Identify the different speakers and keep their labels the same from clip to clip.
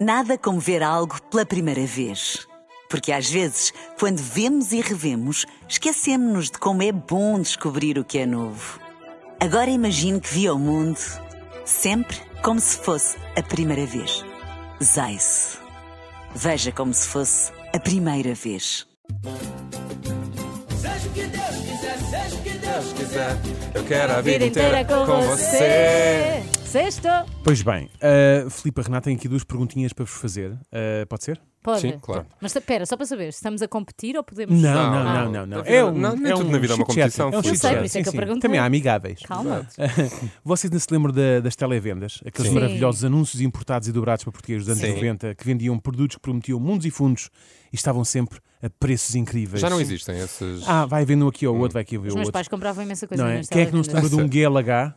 Speaker 1: Nada como ver algo pela primeira vez. Porque às vezes, quando vemos e revemos, esquecemos-nos de como é bom descobrir o que é novo. Agora imagine que viu o mundo sempre como se fosse a primeira vez. Zais. Veja como se fosse a primeira vez.
Speaker 2: Seja o que Deus quiser, seja o que Deus quiser.
Speaker 3: Eu quero a vida inteira com você.
Speaker 4: Sexto?
Speaker 5: Pois bem, uh, Filipe Renato tem aqui duas perguntinhas para vos fazer. Uh, pode ser?
Speaker 4: Pode.
Speaker 3: Sim, claro.
Speaker 4: Mas espera, só para saber, estamos a competir ou podemos.
Speaker 5: Não, não,
Speaker 4: Ah,
Speaker 5: não, não. não.
Speaker 3: Na vida- não, nem tudo na vida é uma
Speaker 5: chit-chat.
Speaker 3: competição,
Speaker 5: um- É um
Speaker 3: Filipe. Eu
Speaker 5: chit
Speaker 3: sei,
Speaker 4: por isso é que eu perguntei.
Speaker 5: Também há amigáveis.
Speaker 4: Calma.
Speaker 5: Vocês ainda se lembram da- das televendas? Aqueles
Speaker 4: Sim.
Speaker 5: maravilhosos anúncios importados e dobrados para portugueses dos anos
Speaker 3: Sim.
Speaker 5: 90 que vendiam produtos que prometiam mundos e fundos e estavam sempre a preços incríveis.
Speaker 3: Já não Hum. existem esses.
Speaker 5: Ah, vai vendo um aqui ou outro, vai aqui ver
Speaker 4: Os
Speaker 5: o
Speaker 4: meus
Speaker 5: outro.
Speaker 4: pais compravam imensa coisa
Speaker 5: Não é?
Speaker 4: nas
Speaker 5: Quem é que não se lembra
Speaker 4: televendas.
Speaker 5: de um GLH?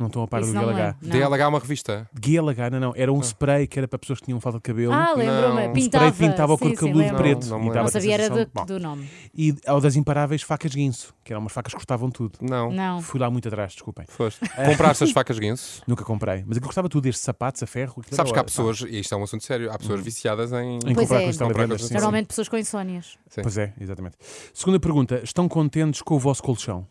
Speaker 5: Não estão a par
Speaker 4: Isso
Speaker 5: do
Speaker 4: não me
Speaker 5: GLH?
Speaker 4: lembro, não.
Speaker 3: DLH é uma revista.
Speaker 5: GLH, não, não. Era
Speaker 3: Ah.
Speaker 5: um spray que era para pessoas que tinham falta de cabelo.
Speaker 4: Ah,
Speaker 3: é Não.
Speaker 4: lembro-me. Pintava.
Speaker 5: Spray que pintava o
Speaker 4: Sim,
Speaker 5: cor
Speaker 4: sim,
Speaker 5: cabeludo
Speaker 4: lembro.
Speaker 5: preto.
Speaker 3: Não, não
Speaker 5: e
Speaker 3: me lembro.
Speaker 5: dava
Speaker 4: Não sabia, era
Speaker 5: sensação-
Speaker 4: do,
Speaker 5: Bom.
Speaker 4: do nome.
Speaker 5: E ao das imparáveis facas guinso, que eram umas facas que cortavam tudo.
Speaker 3: Não.
Speaker 4: Não.
Speaker 5: Fui lá muito atrás, desculpem.
Speaker 3: Foste. Compraste as facas guinso.
Speaker 5: Nunca comprei. Mas aquilo gostava tudo, estes sapatos a ferro. aquilo
Speaker 3: Sabes
Speaker 5: era-
Speaker 3: que há pessoas, e isto é um assunto sério, há pessoas viciadas em.
Speaker 5: Em
Speaker 4: Pois
Speaker 5: comprar
Speaker 4: é.
Speaker 5: com as
Speaker 3: Comprar com
Speaker 5: televendas.
Speaker 3: as
Speaker 5: sim, sim.
Speaker 4: Normalmente pessoas com insónias.
Speaker 5: Pois é, exatamente. Segunda pergunta: estão contentes com o vosso colchão?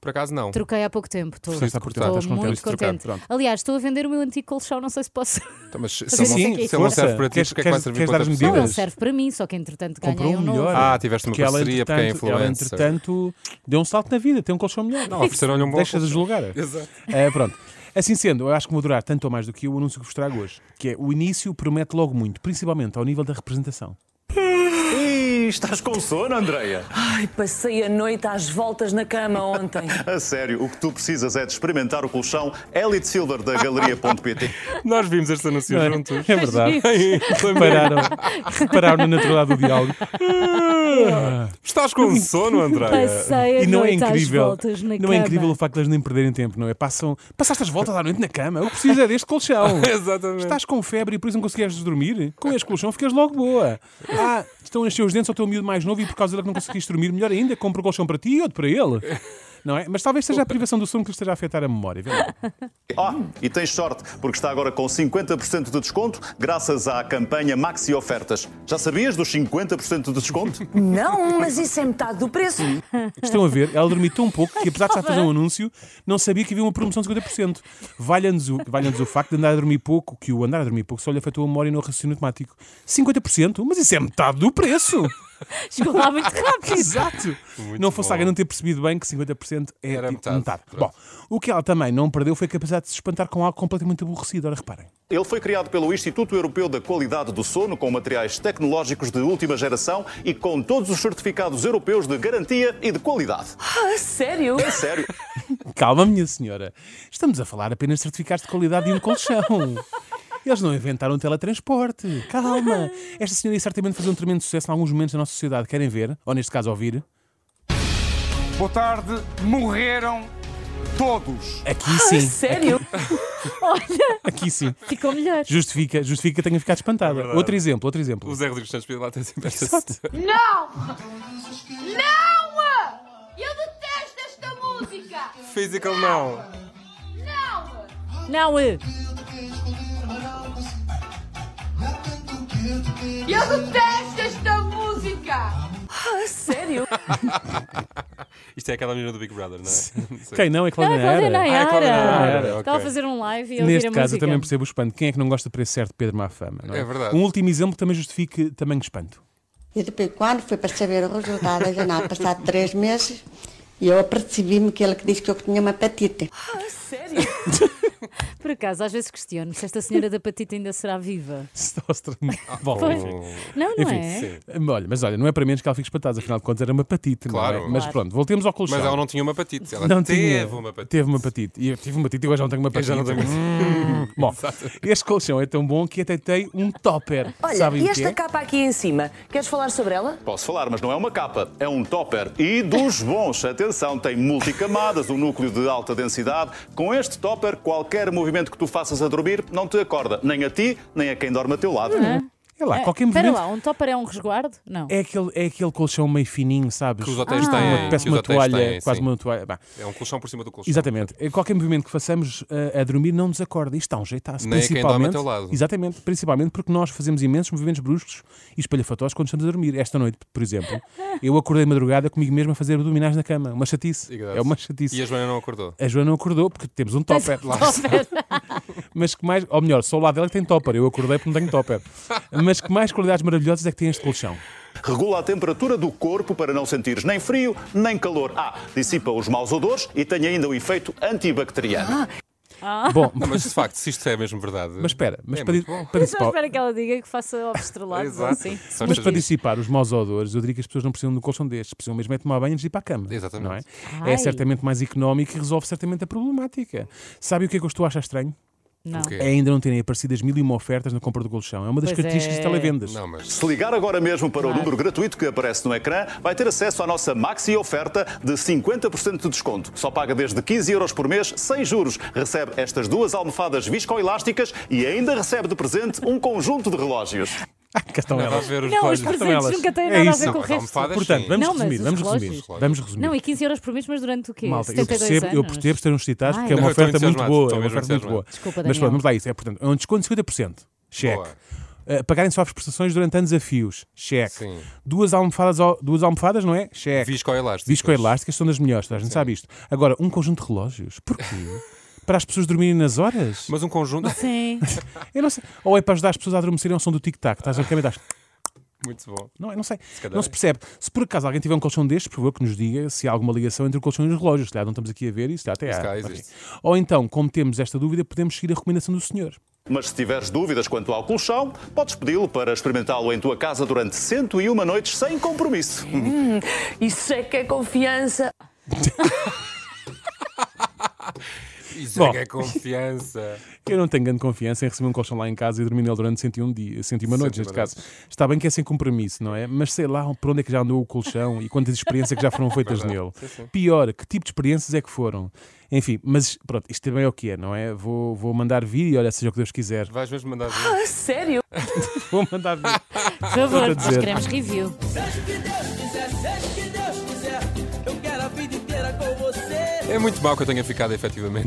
Speaker 3: Por acaso não.
Speaker 4: Troquei há pouco tempo. Estou
Speaker 3: Preciso de cortar,
Speaker 4: estou
Speaker 5: estás contente?
Speaker 4: muito
Speaker 3: Preciso de trocar,
Speaker 4: contente.
Speaker 5: pronto.
Speaker 4: Aliás, estou a vender o meu antigo colchão, não sei se posso.
Speaker 3: Então, Mas se,
Speaker 4: Sim,
Speaker 3: ele não-
Speaker 4: sim,
Speaker 3: se ele não
Speaker 4: força.
Speaker 3: serve para ti,
Speaker 5: Queres-
Speaker 3: porque é que vai
Speaker 5: queres-
Speaker 3: servir
Speaker 5: queres
Speaker 3: para
Speaker 5: dar
Speaker 3: outras
Speaker 5: as
Speaker 4: Não,
Speaker 5: medidas?
Speaker 3: pessoas?
Speaker 4: ele serve para mim, só que entretanto
Speaker 5: Comprou
Speaker 4: ganhei
Speaker 5: um melhor.
Speaker 4: novo.
Speaker 3: Ah, tiveste uma
Speaker 5: Porque ela,
Speaker 3: parceria porque é
Speaker 5: entretanto- ela,
Speaker 3: influencer.
Speaker 5: entretanto, deu um salto na vida, tem um colchão melhor.
Speaker 3: Não, ofereceram-lhe um bom.
Speaker 5: Deixa de julgar.
Speaker 3: Exato.
Speaker 5: É, pronto. Assim sendo, eu acho que vou durar tanto ou mais do que o anúncio que vos trago hoje, que é o início promete logo muito, principalmente ao nível da representação.
Speaker 6: Ih, estás com sono, Andreia?
Speaker 7: Ai, passei a noite às voltas na cama ontem.
Speaker 6: A sério, o que tu precisas é de experimentar o colchão Elite Silver da Galeria.pt.
Speaker 3: Nós vimos este anúncio juntos.
Speaker 5: É verdade. Repararam, repararam na naturalidade do diálogo.
Speaker 3: Estás com sono, Andréia?
Speaker 4: Passei a
Speaker 5: E não é
Speaker 4: noite às
Speaker 5: incrível.
Speaker 4: voltas na
Speaker 5: Não é
Speaker 4: cama.
Speaker 5: incrível o facto de eles nem perderem tempo, não é? Passam, passaste as voltas à noite na cama, eu preciso é deste colchão.
Speaker 3: Exatamente.
Speaker 5: Estás com febre e por isso não conseguias dormir? Com este colchão ficas logo boa. Ah, estão a encher os dentes ao teu miúdo mais novo e por causa dele que não conseguiste dormir, melhor ainda, compra o colchão para ti e outro para ele. Não é? Mas talvez seja a privação do sono que lhe esteja a afetar a memória. vê lá.
Speaker 6: Ah, e tens sorte, porque está agora com 50% de desconto graças à campanha Maxi Ofertas. Já sabias dos 50% de desconto?
Speaker 7: Não, mas isso é metade do preço.
Speaker 5: Estão a ver, ela dormiu tão pouco que, apesar de estar a fazer um anúncio, não sabia que havia uma promoção de 50%. Valha-nos o, valha-nos o facto de andar a dormir pouco, que o andar a dormir pouco só lhe afetou a memória no raciocínio automático. 50%? Mas isso é metade do preço!
Speaker 4: Chegou lá muito rápido.
Speaker 5: Exato! não fosse
Speaker 3: bom.
Speaker 5: alguém não ter percebido bem que 50% é
Speaker 3: Era
Speaker 5: tipo
Speaker 3: metade.
Speaker 5: Bom, o que ela também não perdeu foi a capacidade de se espantar com algo completamente aborrecido. Ora, reparem.
Speaker 6: Ele foi criado pelo Instituto Europeu da Qualidade do Sono com materiais tecnológicos de última geração e com todos os certificados europeus de garantia e de qualidade.
Speaker 7: Ah, sério?
Speaker 6: É sério.
Speaker 5: Calma, minha senhora. Estamos a falar apenas de certificados de qualidade e um colchão. Eles não inventaram o teletransporte. Calma. Esta senhora ia certamente fazer um tremendo sucesso em alguns momentos da nossa sociedade. Querem ver? Ou neste caso ouvir?
Speaker 8: Boa tarde, morreram todos.
Speaker 4: Ah,
Speaker 5: Aqui sim.
Speaker 7: Sério?
Speaker 4: Olha,
Speaker 5: Aqui sim.
Speaker 4: ficou melhor.
Speaker 5: Justifica, justifica que tenha ficado espantada. Outro exemplo, É outro exemplo.
Speaker 3: O Zé Rodrigues Santos Pedro lá tem sempre esta
Speaker 5: Exato.
Speaker 9: Não! Não! Eu detesto esta música!
Speaker 3: Physical não.
Speaker 9: Não!
Speaker 4: Não, eh.
Speaker 9: Eu detesto esta música!
Speaker 7: Ah, sério?
Speaker 3: Isto é aquela menina do Big Brother, não é?
Speaker 5: Quem não é
Speaker 4: Não,
Speaker 5: Cláudia
Speaker 4: Cláudia
Speaker 5: Nayara.
Speaker 3: Ah, é Cláudia
Speaker 4: Nayara.
Speaker 3: Nayara,
Speaker 4: Estava a
Speaker 3: ok.
Speaker 4: fazer um live e eu
Speaker 5: Neste
Speaker 4: ouvir a
Speaker 5: caso, eu
Speaker 4: música.
Speaker 5: também percebo o espanto. Quem é que não gosta de preço certo de Pedro Mafama? Não é?
Speaker 3: É verdade.
Speaker 5: Um último exemplo que também justifique tamanho de espanto.
Speaker 10: E depois, quando fui para saber o resultado, já não, passado três meses, eu apercebi-me que ele que disse que eu tinha uma hepatite.
Speaker 7: Ah, sério?
Speaker 4: Por acaso, às vezes questiono se esta senhora da patita ainda será viva.
Speaker 5: Se dá ao estranho. Bom,
Speaker 4: Pois. Não, não
Speaker 5: Enfim,
Speaker 4: é?
Speaker 3: sim.
Speaker 5: Olha, mas olha, não é para menos que ela fique espantada, afinal de contas era uma patite, não é?
Speaker 3: Claro.
Speaker 5: Mas
Speaker 4: Claro.
Speaker 5: pronto, voltemos ao colchão.
Speaker 3: Mas ela não tinha uma patite. Ela
Speaker 5: Não
Speaker 3: teve
Speaker 5: tinha.
Speaker 3: uma patite.
Speaker 5: Teve uma patite. E eu tive uma patite e agora já não tenho uma
Speaker 3: Eu
Speaker 5: patite. Hum.
Speaker 3: já não tenho
Speaker 5: Bom, este colchão é tão bom que até tem um topper.
Speaker 7: Olha,
Speaker 5: Sabem
Speaker 7: e
Speaker 5: o que
Speaker 7: esta
Speaker 5: é?
Speaker 7: capa aqui em cima, queres falar sobre ela?
Speaker 6: Posso falar, mas não é uma capa, é um topper. E dos bons, atenção, tem multicamadas, um núcleo de alta densidade. Com este topper, qualquer movimento que tu faças a dormir não te acorda, nem a ti, nem a quem dorme a teu lado.
Speaker 5: É É lá,
Speaker 4: Ah,
Speaker 5: qualquer
Speaker 4: Espera
Speaker 5: movimento.
Speaker 4: lá, um topper é um resguardo? Não.
Speaker 5: É aquele, é aquele colchão meio fininho, sabes?
Speaker 3: Que os hotéis têm. que
Speaker 5: Uma,
Speaker 3: os
Speaker 5: parece uma
Speaker 3: hotéis
Speaker 5: toalha,
Speaker 3: têm,
Speaker 5: quase
Speaker 3: sim.
Speaker 5: uma toalha. Bah,
Speaker 3: É um colchão por cima do colchão.
Speaker 5: Exatamente. Eh, Qualquer movimento que façamos eh, a dormir não nos acorda. Isto dá um jeitaço.
Speaker 3: Nem a quem dorme
Speaker 5: principalmente,
Speaker 3: ao teu lado.
Speaker 5: Exatamente. Principalmente porque nós fazemos imensos movimentos bruscos e espalhafatós quando estamos a dormir. Esta noite, por exemplo, eu acordei de madrugada comigo mesmo a fazer abdominais na cama. Uma chatice.
Speaker 3: Exato.
Speaker 5: É uma chatice.
Speaker 3: E a Joana não acordou.
Speaker 5: A Joana não acordou porque temos um topper.
Speaker 4: Topper.
Speaker 5: Mas que mais, ou melhor, só o lado dela que tem topper. Eu acordei porque não tenho topper. Mas que mais qualidades maravilhosas é que tem este colchão?
Speaker 6: Regula a temperatura do corpo para não sentires nem frio nem calor. Ah, dissipa os maus odores e tem ainda um efeito antibacteriano.
Speaker 5: Bom,
Speaker 3: Não, mas de facto, se isto é mesmo verdade.
Speaker 5: mas espera, mas
Speaker 3: Ah. é
Speaker 5: para,
Speaker 3: muito bom.
Speaker 5: para
Speaker 4: Eu só
Speaker 5: dissipar-
Speaker 4: espero que ela diga que faça obstrelados ou
Speaker 3: Exato.
Speaker 4: assim.
Speaker 3: Só
Speaker 5: Mas
Speaker 3: estas
Speaker 5: para
Speaker 3: duas.
Speaker 5: dissipar os maus odores, eu diria que as pessoas não precisam de um colchão destes, precisam mesmo é tomar banho antes de ir para a cama.
Speaker 3: Exatamente.
Speaker 5: Não é?
Speaker 4: Ai.
Speaker 5: é certamente mais económico e resolve certamente a problemática. Sabe o que é que eu estou a achar estranho?
Speaker 4: Não.
Speaker 3: quê?
Speaker 5: É ainda não terem aparecido as mil e uma ofertas na compra do colchão. É uma das
Speaker 4: Pois
Speaker 5: características
Speaker 4: é.
Speaker 5: de televendas.
Speaker 3: Não, mas.
Speaker 6: Se ligar agora mesmo para o número gratuito que aparece no ecrã, vai ter acesso à nossa maxi oferta de 50% de desconto. Só paga desde 15 euros por mês, sem juros. Recebe estas duas almofadas viscoelásticas e ainda recebe de presente um conjunto de relógios.
Speaker 5: Ah, cá estão
Speaker 3: Não,
Speaker 5: elas.
Speaker 3: ver os
Speaker 4: Não, os
Speaker 3: relógios.
Speaker 5: presentes
Speaker 4: presentes
Speaker 5: nunca
Speaker 4: nunca
Speaker 5: têm
Speaker 4: têm
Speaker 5: É nada
Speaker 4: nada a
Speaker 5: a isso. ver
Speaker 4: ver
Speaker 5: com
Speaker 3: Não,
Speaker 4: com o
Speaker 5: o
Speaker 3: resto.
Speaker 4: resto.
Speaker 3: almofadas,
Speaker 5: Portanto,
Speaker 3: sim.
Speaker 5: vamos
Speaker 4: Não, mas
Speaker 5: resumir,
Speaker 4: os
Speaker 5: vamos resumir.
Speaker 4: relógios.
Speaker 5: Vamos resumir.
Speaker 4: Não, e 15 euros por mês, mas durante o quê?
Speaker 5: Malta, eu
Speaker 4: 72
Speaker 5: percebo,
Speaker 4: anos.
Speaker 5: eu percebo estar excitados porque é
Speaker 4: Ai.
Speaker 5: uma
Speaker 3: Não, eu estou
Speaker 5: oferta muito
Speaker 3: entusiasmado,
Speaker 5: boa. É
Speaker 3: estou
Speaker 5: uma
Speaker 3: mesmo
Speaker 5: oferta muito boa.
Speaker 3: entusiasmado.
Speaker 4: Desculpa,
Speaker 5: Mas
Speaker 4: Daniel.
Speaker 5: vamos lá, isso é portanto, é um desconto de 50%. Cheque.
Speaker 3: Boa.
Speaker 5: Uh, pagarem só as prestações durante anos a fios. Cheque.
Speaker 3: Sim.
Speaker 5: Duas almofadas, ao- duas almofadas, não é? Cheque.
Speaker 3: Viscoelásticas.
Speaker 5: Viscoelásticas são das melhores, toda a gente sabe isto. Agora, um conjunto de relógios. Porquê? para as pessoas dormirem nas horas?
Speaker 3: Mas um conjunto.
Speaker 5: é-
Speaker 4: Sim.
Speaker 5: Eu não sei. Ou é para ajudar as pessoas a adormecerem ao som do tic-tac. Estás a cama e estás...
Speaker 3: Muito bom.
Speaker 5: Não, eu não sei.
Speaker 3: calhar. é.
Speaker 5: não se percebe. Se por acaso alguém tiver um colchão destes, por favor, que nos diga se há alguma ligação entre o colchão e os relógios. Se calhar não estamos aqui a ver isso, se calhar até há.
Speaker 3: calhar
Speaker 5: Mas,
Speaker 3: existe.
Speaker 5: enfim. Ou então, como temos esta dúvida, podemos seguir a recomendação do senhor.
Speaker 6: Mas se tiveres dúvidas quanto ao colchão, podes pedi-lo para experimentá-lo em tua casa durante 101 noites sem compromisso.
Speaker 7: Isso é que é confiança.
Speaker 3: Isso
Speaker 5: Bom.
Speaker 3: é que é confiança.
Speaker 5: Eu não tenho grande confiança em receber um colchão lá em casa e um dormir nele durante 101 dias, 101 noites, neste
Speaker 3: 101
Speaker 5: caso. Está bem que é sem compromisso, não é? Mas sei lá por onde é que já andou o colchão e quantas experiências é que já foram feitas nele. Pior, que tipo de experiências é que foram? Enfim, mas pronto, isto também é o que é, não é? Vou, vou mandar vir e olha, seja o que Deus quiser.
Speaker 3: Vais mesmo mandar.
Speaker 7: A Ah, sério?
Speaker 5: Vou mandar vir.
Speaker 4: Por favor, nós
Speaker 5: dizer.
Speaker 4: queremos review.
Speaker 2: Seja o que Deus quiser, seja o que Deus quiser, eu quero a vida inteira com você.
Speaker 3: É muito mal que eu tenha ficado, efetivamente.